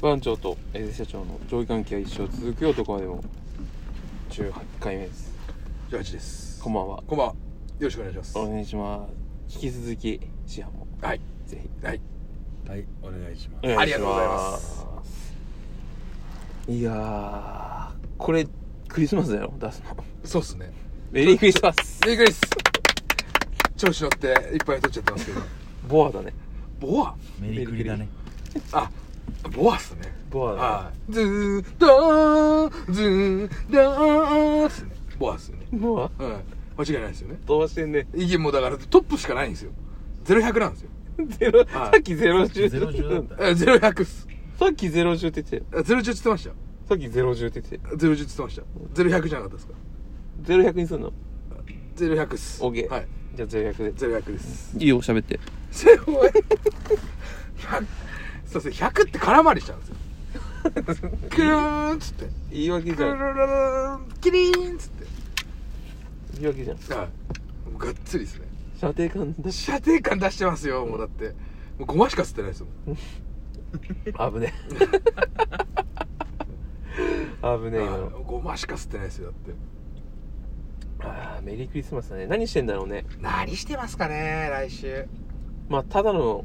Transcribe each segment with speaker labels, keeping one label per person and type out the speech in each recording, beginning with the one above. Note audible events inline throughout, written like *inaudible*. Speaker 1: 番長と江瀬社長の上下関係は一生続くよとこまでも18回目です
Speaker 2: ジョージです
Speaker 1: こんばんは
Speaker 2: こんばんはよろしくお願いします
Speaker 1: お願いします引き続きシハも
Speaker 2: はい
Speaker 1: ぜひ
Speaker 2: はい
Speaker 3: はい、お願いしま
Speaker 1: お
Speaker 3: す。
Speaker 1: 願し
Speaker 2: ありがとうございます
Speaker 1: いやーこれクリスマスだよ出すの
Speaker 2: そうっすね
Speaker 1: メリークリスマス
Speaker 2: メイクです調子乗っていっぱい取っちゃってます
Speaker 1: *laughs*
Speaker 2: けど
Speaker 1: ボアだね
Speaker 2: ボア
Speaker 3: メリクリだね。
Speaker 2: あボアっすね
Speaker 1: ボアだね、
Speaker 2: はいズーンダーンズーンダーンっすねボアっすよね
Speaker 1: ボア
Speaker 2: はい間違いないですよね
Speaker 1: どうしてんね *laughs* ん
Speaker 2: いやもうだからトップしかないんですよ0100なんですよ
Speaker 1: ゼロ、
Speaker 2: はい
Speaker 1: さっきゼロ十
Speaker 3: ゼロ十だった。
Speaker 2: え0100っす
Speaker 1: *laughs* さっきゼロ十って言ってたよ
Speaker 2: あ010っつってました
Speaker 1: さっきゼロ十って言ってたよ
Speaker 2: 010っつってました0100じゃなかったですか
Speaker 1: ゼロ百にすんの
Speaker 2: 0100っす
Speaker 1: オッケー
Speaker 2: はい
Speaker 1: じゃあゼロ百で
Speaker 2: 0100です
Speaker 1: いいよ喋って
Speaker 2: すごい100そうですね100って空回りしちゃうん
Speaker 1: *laughs*
Speaker 2: ですよクルーンっつって
Speaker 1: 言い訳
Speaker 2: ク
Speaker 1: じ
Speaker 2: ル
Speaker 1: ゃ
Speaker 2: ル
Speaker 1: ん
Speaker 2: ルルンキリーンっつっ
Speaker 1: 言い訳じゃん
Speaker 2: てはいもうがっつりですね
Speaker 1: 射程感だし
Speaker 2: 射程感出してますよもうだってもうごましか吸ってないですもん
Speaker 1: 危 *laughs* ねえ危ねえ
Speaker 2: は
Speaker 1: よ
Speaker 2: いごましか吸ってないですよだって
Speaker 1: あーメリークリスマスだね何してんだろうね
Speaker 2: 何してますかね来週
Speaker 1: まあただの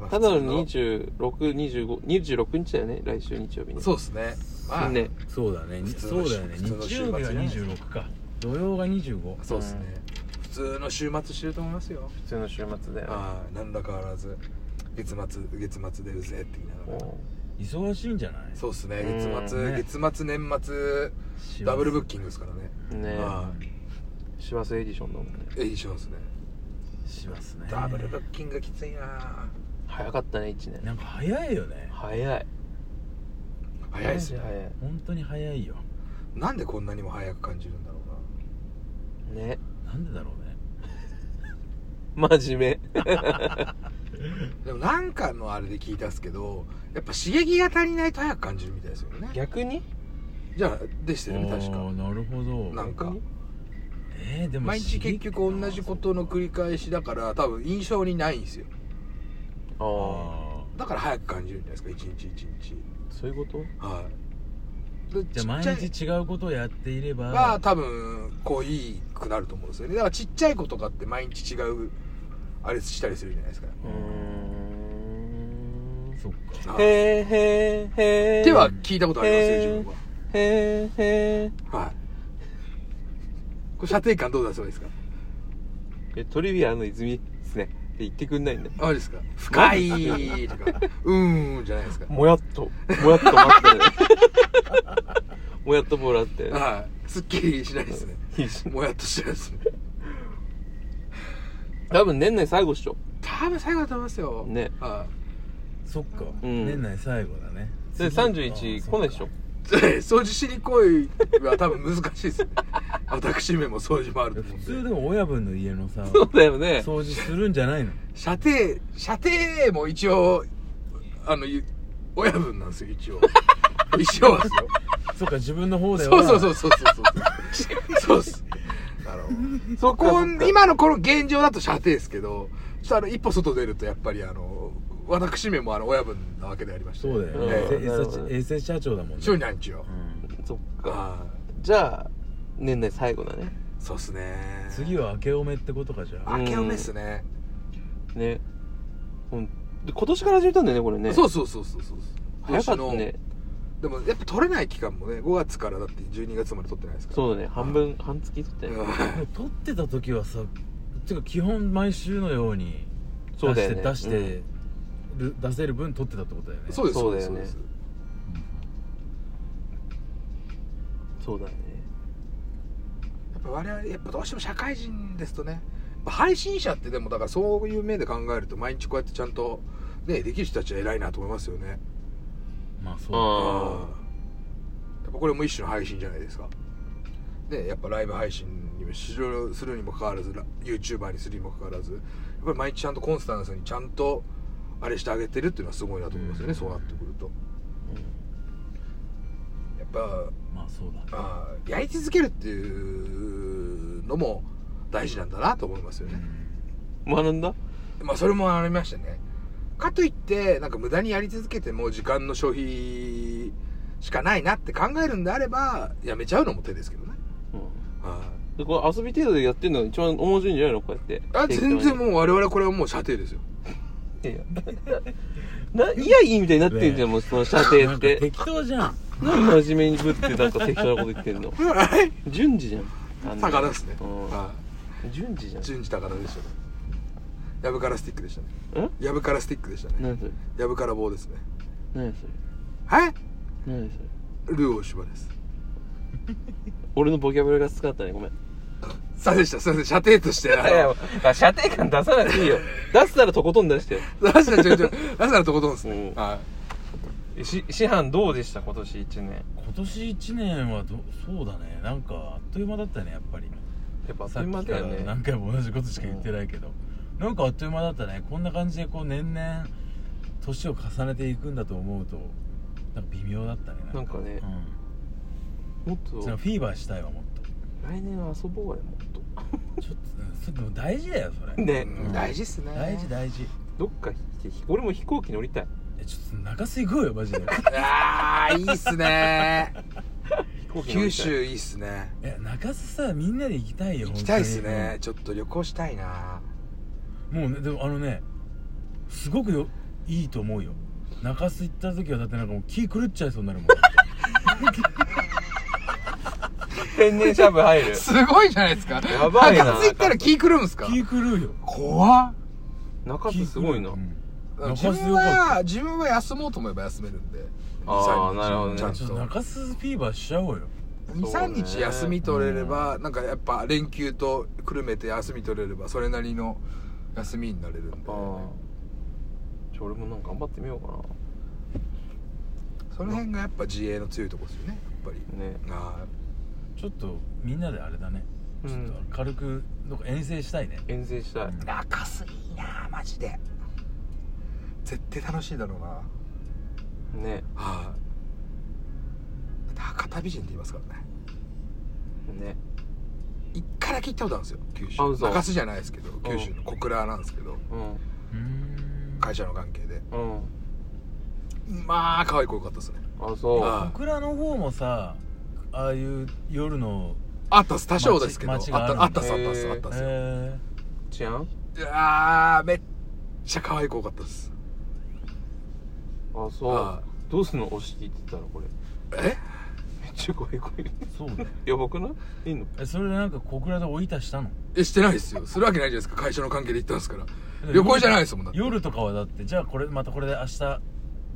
Speaker 2: まあ
Speaker 1: ただの
Speaker 2: 普通
Speaker 1: 262526日だよね来週日曜日ね
Speaker 2: そうですねまあ
Speaker 1: ね
Speaker 3: *laughs* そうだね。
Speaker 2: 普通
Speaker 3: そ
Speaker 2: の
Speaker 3: うだよね。
Speaker 2: 普通の
Speaker 3: 日
Speaker 2: 週末
Speaker 3: 曜日は
Speaker 2: じゃない
Speaker 3: 二十六か。土曜が二十五。
Speaker 2: そうですね普通の週末してると思いますよ
Speaker 1: 普通の週末だよね
Speaker 2: ああなんら変わらず月末月末でうぜって言いながら
Speaker 3: 忙しいんじゃない？
Speaker 2: そうですね
Speaker 1: うん
Speaker 2: 月末、
Speaker 3: ね
Speaker 2: 月末年末
Speaker 3: う
Speaker 2: ダブルブッキングですからね
Speaker 1: うんね
Speaker 2: はい
Speaker 1: 師走エディションだもんね
Speaker 2: えいいしますね
Speaker 3: しますね。
Speaker 2: ダブルブッキングきついな
Speaker 1: 早かったね1年
Speaker 3: なんか早いよね。
Speaker 1: 早い
Speaker 2: 早いですね
Speaker 1: マジ早い
Speaker 3: 本当に早いよ。
Speaker 2: なんでこんなにも早く感じるんだろ
Speaker 1: ね
Speaker 3: なんでだろうね。
Speaker 1: 真面目
Speaker 2: うなでもなんかのあれで聞いたっすけどやっぱ刺激が足りないと早く感じるみたいですよね
Speaker 1: 逆に
Speaker 2: じゃあでしたよね確
Speaker 3: あー
Speaker 2: か
Speaker 3: なるほど。
Speaker 2: なん
Speaker 1: 逆
Speaker 2: か
Speaker 1: に
Speaker 3: えーでも
Speaker 2: 毎日結局同じことの繰り返しだから多分印象にないんですよ
Speaker 1: ああ
Speaker 3: あ
Speaker 2: だから早く感じるんじゃないですか一日一日
Speaker 1: そういうこと
Speaker 2: はいで
Speaker 3: ーじ
Speaker 2: ち
Speaker 3: ゃあ
Speaker 2: っ
Speaker 3: 毎
Speaker 2: ちい
Speaker 3: 日違うことをやっていれ
Speaker 2: は
Speaker 3: ば。
Speaker 2: 多分こういいくなると思うんですよねだからちっちゃいことかって毎日違うあれしたりするじゃないですか
Speaker 1: うーん
Speaker 3: そっか。
Speaker 2: はい
Speaker 1: へーへーへー
Speaker 2: 手は聞いたことありますよ自分
Speaker 1: へーへー
Speaker 2: ははいこれ射程感どう出せばいいです
Speaker 1: えトリビアの泉ですねって言ってくんないんだよ
Speaker 2: かあれですか深いとかうーんじゃないですか
Speaker 1: もやっともやっと待って *laughs* もやっともらって
Speaker 2: はいすっきりしないですね
Speaker 1: いいし
Speaker 2: もやっとしてないですね
Speaker 1: *laughs* 多分年内最後っしょ
Speaker 2: 多分最後だと思いますよ
Speaker 1: ね
Speaker 2: は
Speaker 3: そっか。
Speaker 1: うん
Speaker 3: 年内最後だね。
Speaker 1: で
Speaker 3: 次
Speaker 1: 31来ないっしょ。
Speaker 2: い掃除しに来いは多分難しいですね私めも掃除もある
Speaker 3: あそ
Speaker 2: と思うんで
Speaker 3: っか普通でも親分の家のさ。
Speaker 1: そうだよね
Speaker 3: 掃除するんじゃないの
Speaker 2: 射程射程も一応あのゆ親分なんですよ一応一応ですよ
Speaker 3: そっか自分の方で
Speaker 2: そ
Speaker 3: は
Speaker 2: うそうそうそうそうそうそうっすあのそこ
Speaker 1: そっか
Speaker 2: 今のこの現状だと射程ですけどちょっとあの一歩外出るとやっぱりあの私めもあの親分なわけでありまして
Speaker 3: そうだよね、
Speaker 1: うん
Speaker 3: え
Speaker 1: なるほどね
Speaker 3: 衛生社長だもんね
Speaker 2: そうなんちよ
Speaker 3: うん
Speaker 1: そっか
Speaker 2: あ
Speaker 1: じゃあ年内最後だね
Speaker 2: あそうっすね
Speaker 3: 次は明けおめってことかじゃあ
Speaker 2: 明けおめっすね
Speaker 1: ねうんで今年から始めたんだよねこれね
Speaker 2: そううそうそうそうそう
Speaker 1: 早かっ
Speaker 2: 今
Speaker 1: た
Speaker 2: 年の
Speaker 1: ね
Speaker 2: でもやっぱ取れない期間もね5月からだって12月まで取ってないですから
Speaker 1: そうだね半分半月って言ったよね
Speaker 2: うん
Speaker 3: でも撮ってた時はさてか基本毎週のように
Speaker 1: そ
Speaker 3: 出
Speaker 1: うだ
Speaker 3: し
Speaker 1: よ
Speaker 3: て
Speaker 1: ね
Speaker 3: 出し
Speaker 1: う
Speaker 3: て
Speaker 1: ん
Speaker 3: る出せる分撮ってたってことだよね
Speaker 2: そうです
Speaker 1: そうだよね
Speaker 2: です
Speaker 1: そうだよね
Speaker 2: やっぱ我々やっぱどうしても社会人ですとね配信者ってでもだからそういう目で考えると毎日こうやってちゃんとねできる人たちは偉いなと思いますよね
Speaker 3: まあ
Speaker 1: あ
Speaker 3: そ
Speaker 1: ー
Speaker 2: やっぱこれも一種の配信じゃないですかでやっぱライブ配信にも出場するにもかかわらずラ YouTuber にするにもかかわらずやっぱり毎日ちゃんとコンスタンスにちゃんとあれしてあげてるっていうのはすごいなと思いますよね、
Speaker 3: うん
Speaker 2: そうなってくるとやっぱ
Speaker 3: うまあそうだ
Speaker 2: あーやり続けるっていうのも大事なんだなと思いますよね、
Speaker 1: うん学んだ
Speaker 2: まあそれもありましたねかといってなんか無駄にやり続けても時間の消費しかないなって考えるんであればやめちゃうのも手ですけどね
Speaker 1: うん
Speaker 2: はい
Speaker 1: でこれ遊び程度でやってんのが一番面白いんじゃないのこうやって
Speaker 2: あ全然も
Speaker 1: う
Speaker 2: う我々これはもう射程ですよ
Speaker 1: いやいや *laughs* ないやいいみたいになってんじゃん、もうその射程っ
Speaker 3: なんか
Speaker 1: て
Speaker 3: 適当じゃん
Speaker 1: 何真面目にぶってなんか適当なこと言ってんの
Speaker 2: *laughs* はい
Speaker 1: 順次じゃんあんな
Speaker 2: 高田ですね、
Speaker 1: うん
Speaker 2: は
Speaker 1: 順次じゃ
Speaker 2: い
Speaker 1: ん
Speaker 2: 順次高田でしたねやぶからスティックでしたね
Speaker 1: え
Speaker 2: やぶからスティックでしたね
Speaker 1: 何それ
Speaker 2: やぶから棒ですね
Speaker 1: 何それ
Speaker 2: はい
Speaker 1: 何それ
Speaker 2: ルー大芝です
Speaker 1: 俺のボキャブラが少なかったねごめん
Speaker 2: さあでしたすいません射程としてあ
Speaker 1: いや
Speaker 2: の
Speaker 1: あ射程感出さなくていいよ *laughs* 出したらとことん出してよ
Speaker 2: ラジナちょいちょいラジナとことんです
Speaker 1: う
Speaker 2: ね
Speaker 1: ん
Speaker 2: は
Speaker 1: し師範どうでした今年1年
Speaker 3: 今年1年はどそうだねなんかあっという間だったねやっぱり
Speaker 1: やっぱ当
Speaker 3: さ
Speaker 1: た
Speaker 3: っ
Speaker 1: り前
Speaker 3: き
Speaker 1: だ
Speaker 3: か
Speaker 1: よ
Speaker 3: ら
Speaker 1: ね
Speaker 3: 何回も同じことしか言ってないけど、なんかあっという間だったねこんな感じでこう年々年を重ねていくんだと思うとなんか微妙だったね
Speaker 1: なんかねもっ
Speaker 3: う
Speaker 1: と
Speaker 3: ん、その
Speaker 1: 来
Speaker 3: フィーバーしたいわもっと
Speaker 1: 年は遊ぼうよもっと
Speaker 3: ちょっとうんそれでも大事だよそれ、
Speaker 2: い、
Speaker 1: ね
Speaker 2: うん大事っすね
Speaker 3: 大事大事
Speaker 1: どっかひ俺も飛行機乗りたい
Speaker 3: えちょっと中洲行こうよマジで
Speaker 2: あーいいっすね
Speaker 1: 飛行機乗りたい
Speaker 2: 九州いいっすね
Speaker 3: え中洲さみんなで行きたいよ
Speaker 2: 行きたいっす
Speaker 3: 本当に
Speaker 2: ねちょっと旅行したいな
Speaker 3: もうねでもあのねすごくよいいと思うよ中洲行った時はだってなんかもう気狂っちゃいそうになるもん
Speaker 1: 天然シャブ入る
Speaker 2: すごいじゃないですか
Speaker 1: やばいな
Speaker 2: 中津行ったら気狂うんすか
Speaker 3: 気狂うよ
Speaker 2: 怖っ
Speaker 1: *laughs* 中津すごいな
Speaker 3: 気狂ううん
Speaker 2: 自分は自分は休もうと思えば休めるんで
Speaker 1: あーなるほどね
Speaker 2: ちゃん
Speaker 3: ちょっと
Speaker 2: と
Speaker 3: 中洲フィーバーしちゃおうよ
Speaker 1: そうね
Speaker 2: 23日休み取れれば、なんかやっぱ連休とくるめて休み取れればそれなりの休みになれるんで
Speaker 1: ああじゃあ俺もなんか頑張ってみようか
Speaker 2: その辺がやっぱ自営の強いとこですよねやっぱり
Speaker 1: なね
Speaker 2: あ
Speaker 3: ちょっとみんなであれだね
Speaker 1: う
Speaker 3: ちょっ
Speaker 1: ん
Speaker 3: と軽くどっか遠征したいね
Speaker 1: 遠征したい
Speaker 3: うん
Speaker 2: ー中洲いいなマジで絶対楽しいだろうな
Speaker 1: ね
Speaker 2: はい、だって博多美人って言いますからね
Speaker 1: ね
Speaker 2: 一回だけ行ったことあるんですよ九
Speaker 1: あ
Speaker 2: 州
Speaker 1: 嘘
Speaker 2: 中洲じゃないですけど九州の小倉なんですけど
Speaker 1: うん
Speaker 3: うーん
Speaker 2: 会社の関係で
Speaker 1: うん
Speaker 2: まあ可愛い子よかったですね
Speaker 1: あそ
Speaker 2: あ
Speaker 3: 小倉の方もさああいう夜の
Speaker 2: あったっす多少ですけどあっ
Speaker 3: 街街があるん
Speaker 2: た
Speaker 3: だ
Speaker 2: あったっすあったっすあったっすよ
Speaker 3: え
Speaker 1: う治安
Speaker 2: いやーめっちゃ可愛い子よかったっす
Speaker 1: あそう
Speaker 2: あ
Speaker 1: どうすんの押し聞いてたらこれ
Speaker 2: え
Speaker 1: めっちゃ怖い声
Speaker 3: ーそうね
Speaker 1: やばくないいいの
Speaker 3: えそれでなんか小倉でおいたしたの
Speaker 2: えしてないっすよするわけないじゃないですか会社の関係で行ったんですから旅行じゃないですもんだって
Speaker 3: 夜とかはだってじゃあこれまたこれで明日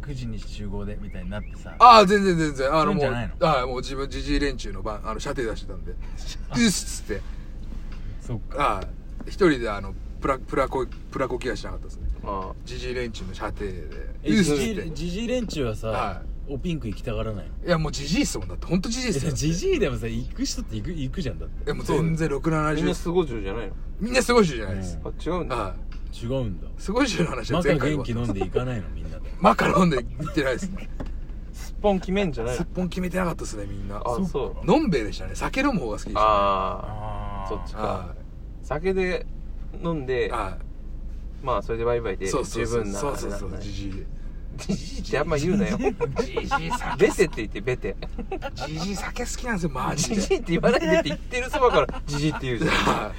Speaker 3: 9時に集合でみたいになってさ
Speaker 2: ああ全然全然あのもう
Speaker 3: そういうんじゃないの
Speaker 2: はいもう自分じじい連中の番あの射程出してたん
Speaker 3: *laughs*
Speaker 2: で「うっす」っつって
Speaker 3: そっ
Speaker 2: あ
Speaker 3: か
Speaker 2: あ一人であのプラプラコプラコケアしなかったですね
Speaker 1: あ
Speaker 2: ジジイ連中の射程で「
Speaker 3: え
Speaker 2: うっ
Speaker 3: ジ
Speaker 2: す」っ
Speaker 3: ジ
Speaker 2: つ
Speaker 3: イ
Speaker 2: っ
Speaker 3: ジジイ連中はさ、
Speaker 2: は
Speaker 3: おピンク行きたがらないの
Speaker 2: ていやもうジジイっすもんだってほんとジジイっす
Speaker 3: え
Speaker 2: よ
Speaker 3: ジジイでもさ行く人って行く行くじゃんだって
Speaker 2: いやもう全
Speaker 1: あ
Speaker 2: 然
Speaker 1: みんな
Speaker 2: 670
Speaker 1: すごいじゃないの
Speaker 2: みんなすごい人じゃないです、
Speaker 3: うん
Speaker 1: あ違うんだ
Speaker 2: は
Speaker 3: 違うんだ
Speaker 2: いすごい人の話は
Speaker 3: マカ
Speaker 2: 前回
Speaker 3: 元気飲んで行かないのみんなで
Speaker 2: マカ飲んで行ってないです
Speaker 3: *laughs*
Speaker 2: ね
Speaker 1: すっぽん決めんじゃない
Speaker 2: す
Speaker 1: の
Speaker 2: っぽん決めてなかったですねみんな
Speaker 1: あそう
Speaker 2: のんべえでしたね酒飲む方が好きでしたね
Speaker 1: あ
Speaker 3: あ
Speaker 1: あそっちか
Speaker 2: はい
Speaker 1: 酒で飲んで
Speaker 2: は
Speaker 1: まあそれでバイバイ
Speaker 2: い
Speaker 1: で
Speaker 2: そうそう
Speaker 1: 十
Speaker 2: そう
Speaker 1: 分な
Speaker 2: そうそうそう
Speaker 1: じ
Speaker 2: ジジイ
Speaker 1: じってあんま言うな *laughs* よ
Speaker 2: ジジイさ
Speaker 1: ベテって言ってベテ
Speaker 2: ジジイ酒好きなんですよマジ
Speaker 1: じ
Speaker 2: で
Speaker 1: じって言わないでって言ってるそばから *laughs* じじって言うじゃん
Speaker 2: *laughs* は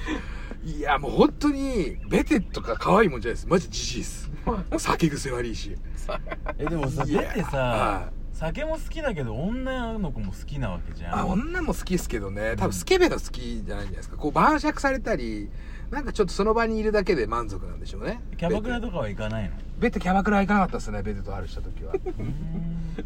Speaker 2: いいやもう本当にベテとか可愛いもんじゃないですマジジジイっすもう酒癖悪いし
Speaker 3: えでもさ
Speaker 2: い
Speaker 3: だ
Speaker 2: や
Speaker 3: って
Speaker 2: は
Speaker 3: さ酒も好きだけど女の子も好きなわけじゃん
Speaker 2: あ女も好きですけどね多分スケベが好きじゃないんじゃないですかこう晩酌されたりなんかちょっとその場にいるだけで満足なんでしょうね
Speaker 3: キャバクラ
Speaker 2: ベテ
Speaker 3: とかは行かないの
Speaker 2: ベテキャバクラは行かなかったですねベテとあるした
Speaker 3: *laughs*
Speaker 2: 時は
Speaker 3: うーん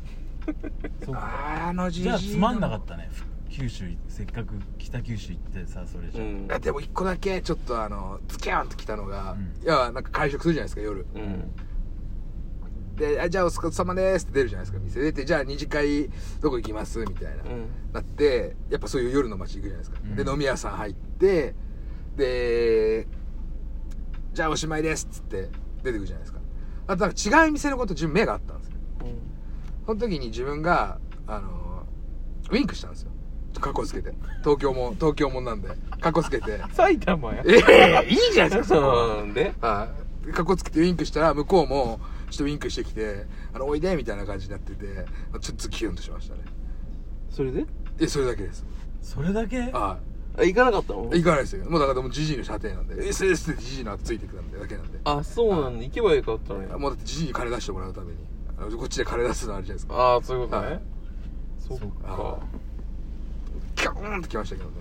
Speaker 3: そっか
Speaker 2: あーあのジジイ
Speaker 3: じゃ
Speaker 2: の
Speaker 3: あつまんなかったね九州せっかく北九州行ってさそれじ
Speaker 1: う
Speaker 3: ゃ、
Speaker 1: ん
Speaker 2: あでも一個だけちょっとあのつきゃんって来たのが、
Speaker 3: うん
Speaker 2: いやなんか会食するじゃないですか夜
Speaker 1: うん
Speaker 2: であ「じゃあお疲れ様です」って出るじゃないですか店出て「じゃあ二次会どこ行きます?」みたいな、
Speaker 1: うん
Speaker 2: なってやっぱそういう夜の街行くじゃないですか、
Speaker 3: うん
Speaker 2: で飲み屋さん入ってでじゃあおしまいですっつって出てくるじゃないですかあとなんか違う店のこと自分目があったんですよその時に自分があのウィンクしたんですよかっこつけて東京も東京もんなんでかっこつけて
Speaker 1: 埼玉や
Speaker 2: ええいいじゃないですかそこは
Speaker 1: そうで
Speaker 2: あかっこつけてウインクしたら向こうもちょっとウインクしてきて「あのおいで」みたいな感じになっててちょっとキュンとしましたね
Speaker 1: *laughs* それで
Speaker 2: えそれだけです
Speaker 3: それだけ
Speaker 2: は
Speaker 1: あ行かなかったの
Speaker 2: い行かないですよもうだからもうジジイの射程なんで SS ってジジイの後ついてくるんでだけなんで
Speaker 1: あそうなんだ行けばよかったね
Speaker 2: もうだってジジイに金出してもらうためにあのこっちで金出すのあるじゃないですか
Speaker 1: ああそういうことね、
Speaker 2: はい
Speaker 1: そっ
Speaker 3: そう
Speaker 1: か
Speaker 2: かキューンってきましたけどね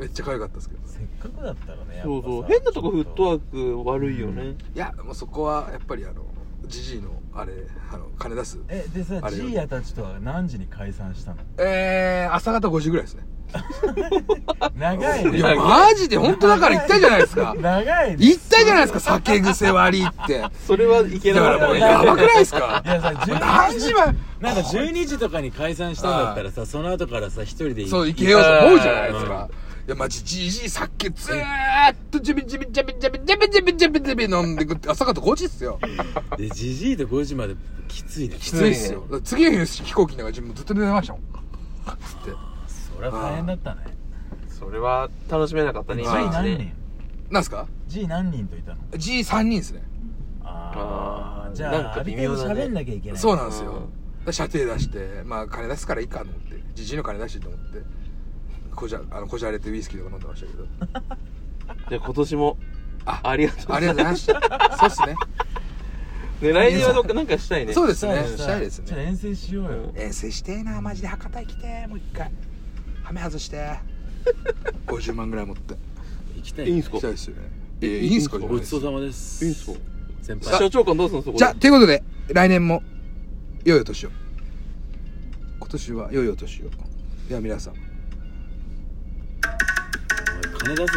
Speaker 2: めっちゃ可愛かったですけどね
Speaker 3: せっかくだったらねやっぱさ
Speaker 1: そうそう変なとこフット
Speaker 3: ちょ
Speaker 1: ワ
Speaker 3: っ
Speaker 1: ーク悪いよね、
Speaker 3: うん
Speaker 2: いやもうそこはやっぱりあのジジイのあれあの金出す
Speaker 3: えでさ
Speaker 2: あれ
Speaker 3: ジ
Speaker 2: よ
Speaker 3: ーヤたちとは何時に解散したの
Speaker 2: えー、朝方5時ぐらいですね
Speaker 3: 長いね
Speaker 2: いやマジで本当だから言ったじゃないですか
Speaker 3: 長いね
Speaker 2: 言ったじゃないですか酒癖悪いって
Speaker 1: それはいけ
Speaker 2: だ
Speaker 1: な
Speaker 2: か
Speaker 1: かった
Speaker 2: らも
Speaker 1: ね *laughs*
Speaker 2: うやばくないですか
Speaker 3: いやさ12
Speaker 2: 何時まで
Speaker 3: なんか12時とかに解散したんだったらさその後からさ一人で行
Speaker 2: そう、いけようと思うじゃないですか。いや、マジ、じじい、酒ずーっと、ジビジビジビジビジビジビジビジビ飲んでくって、朝方5時っすよ。
Speaker 3: でじじいと5時まできついね
Speaker 2: きついっすよ。だから次の日の飛行機の中、自分ずっと寝てましたもん。つって。
Speaker 3: そりゃ大変だったね
Speaker 1: それは楽しめなかったね
Speaker 3: じ
Speaker 2: うん
Speaker 3: い
Speaker 1: 毎日
Speaker 3: 何
Speaker 1: ね
Speaker 3: 人
Speaker 2: なんすか
Speaker 3: じい何人といたの
Speaker 2: じい3人っすね。
Speaker 3: あ
Speaker 1: あー
Speaker 3: あじゃあ
Speaker 1: なんか微妙だね
Speaker 3: ある程度喋んなきゃいけない
Speaker 2: そうなんです
Speaker 1: う
Speaker 2: よ。だ
Speaker 1: ん
Speaker 2: から射程出して、まあ、金出すからいいかと思って、じじいの金出してと思って、こじゃ、あの、こじゃれてウイスキーとか飲んでましたけ *laughs* ど。
Speaker 1: じゃあ今年も
Speaker 2: あ
Speaker 1: ありがとうご
Speaker 2: あ
Speaker 1: ざ
Speaker 2: り
Speaker 1: い
Speaker 2: がとうございました。そうっすね。
Speaker 1: ますね来年はどっかなんかしたいね
Speaker 2: そう
Speaker 1: う
Speaker 2: ですね。
Speaker 3: さあ
Speaker 2: したいです
Speaker 3: ちょっと
Speaker 2: ね。
Speaker 3: 遠征しようよ
Speaker 1: うん
Speaker 2: 遠征してえなマジで博多行きてえもう一回ハメ外して *laughs* 50万ぐらい持って
Speaker 3: 行きた
Speaker 1: いいん
Speaker 3: い
Speaker 1: す
Speaker 2: 行
Speaker 1: か
Speaker 2: きたいですよねえいいんすかじゃない
Speaker 3: ご
Speaker 2: で
Speaker 3: ち
Speaker 2: す
Speaker 3: そうさまです
Speaker 1: いいんすか
Speaker 3: 先
Speaker 1: 社
Speaker 3: 輩
Speaker 1: 長官どうすんのそこで
Speaker 2: じゃあということで来年も良いお年を今年は良いお年をでは皆さん
Speaker 3: お前金出せ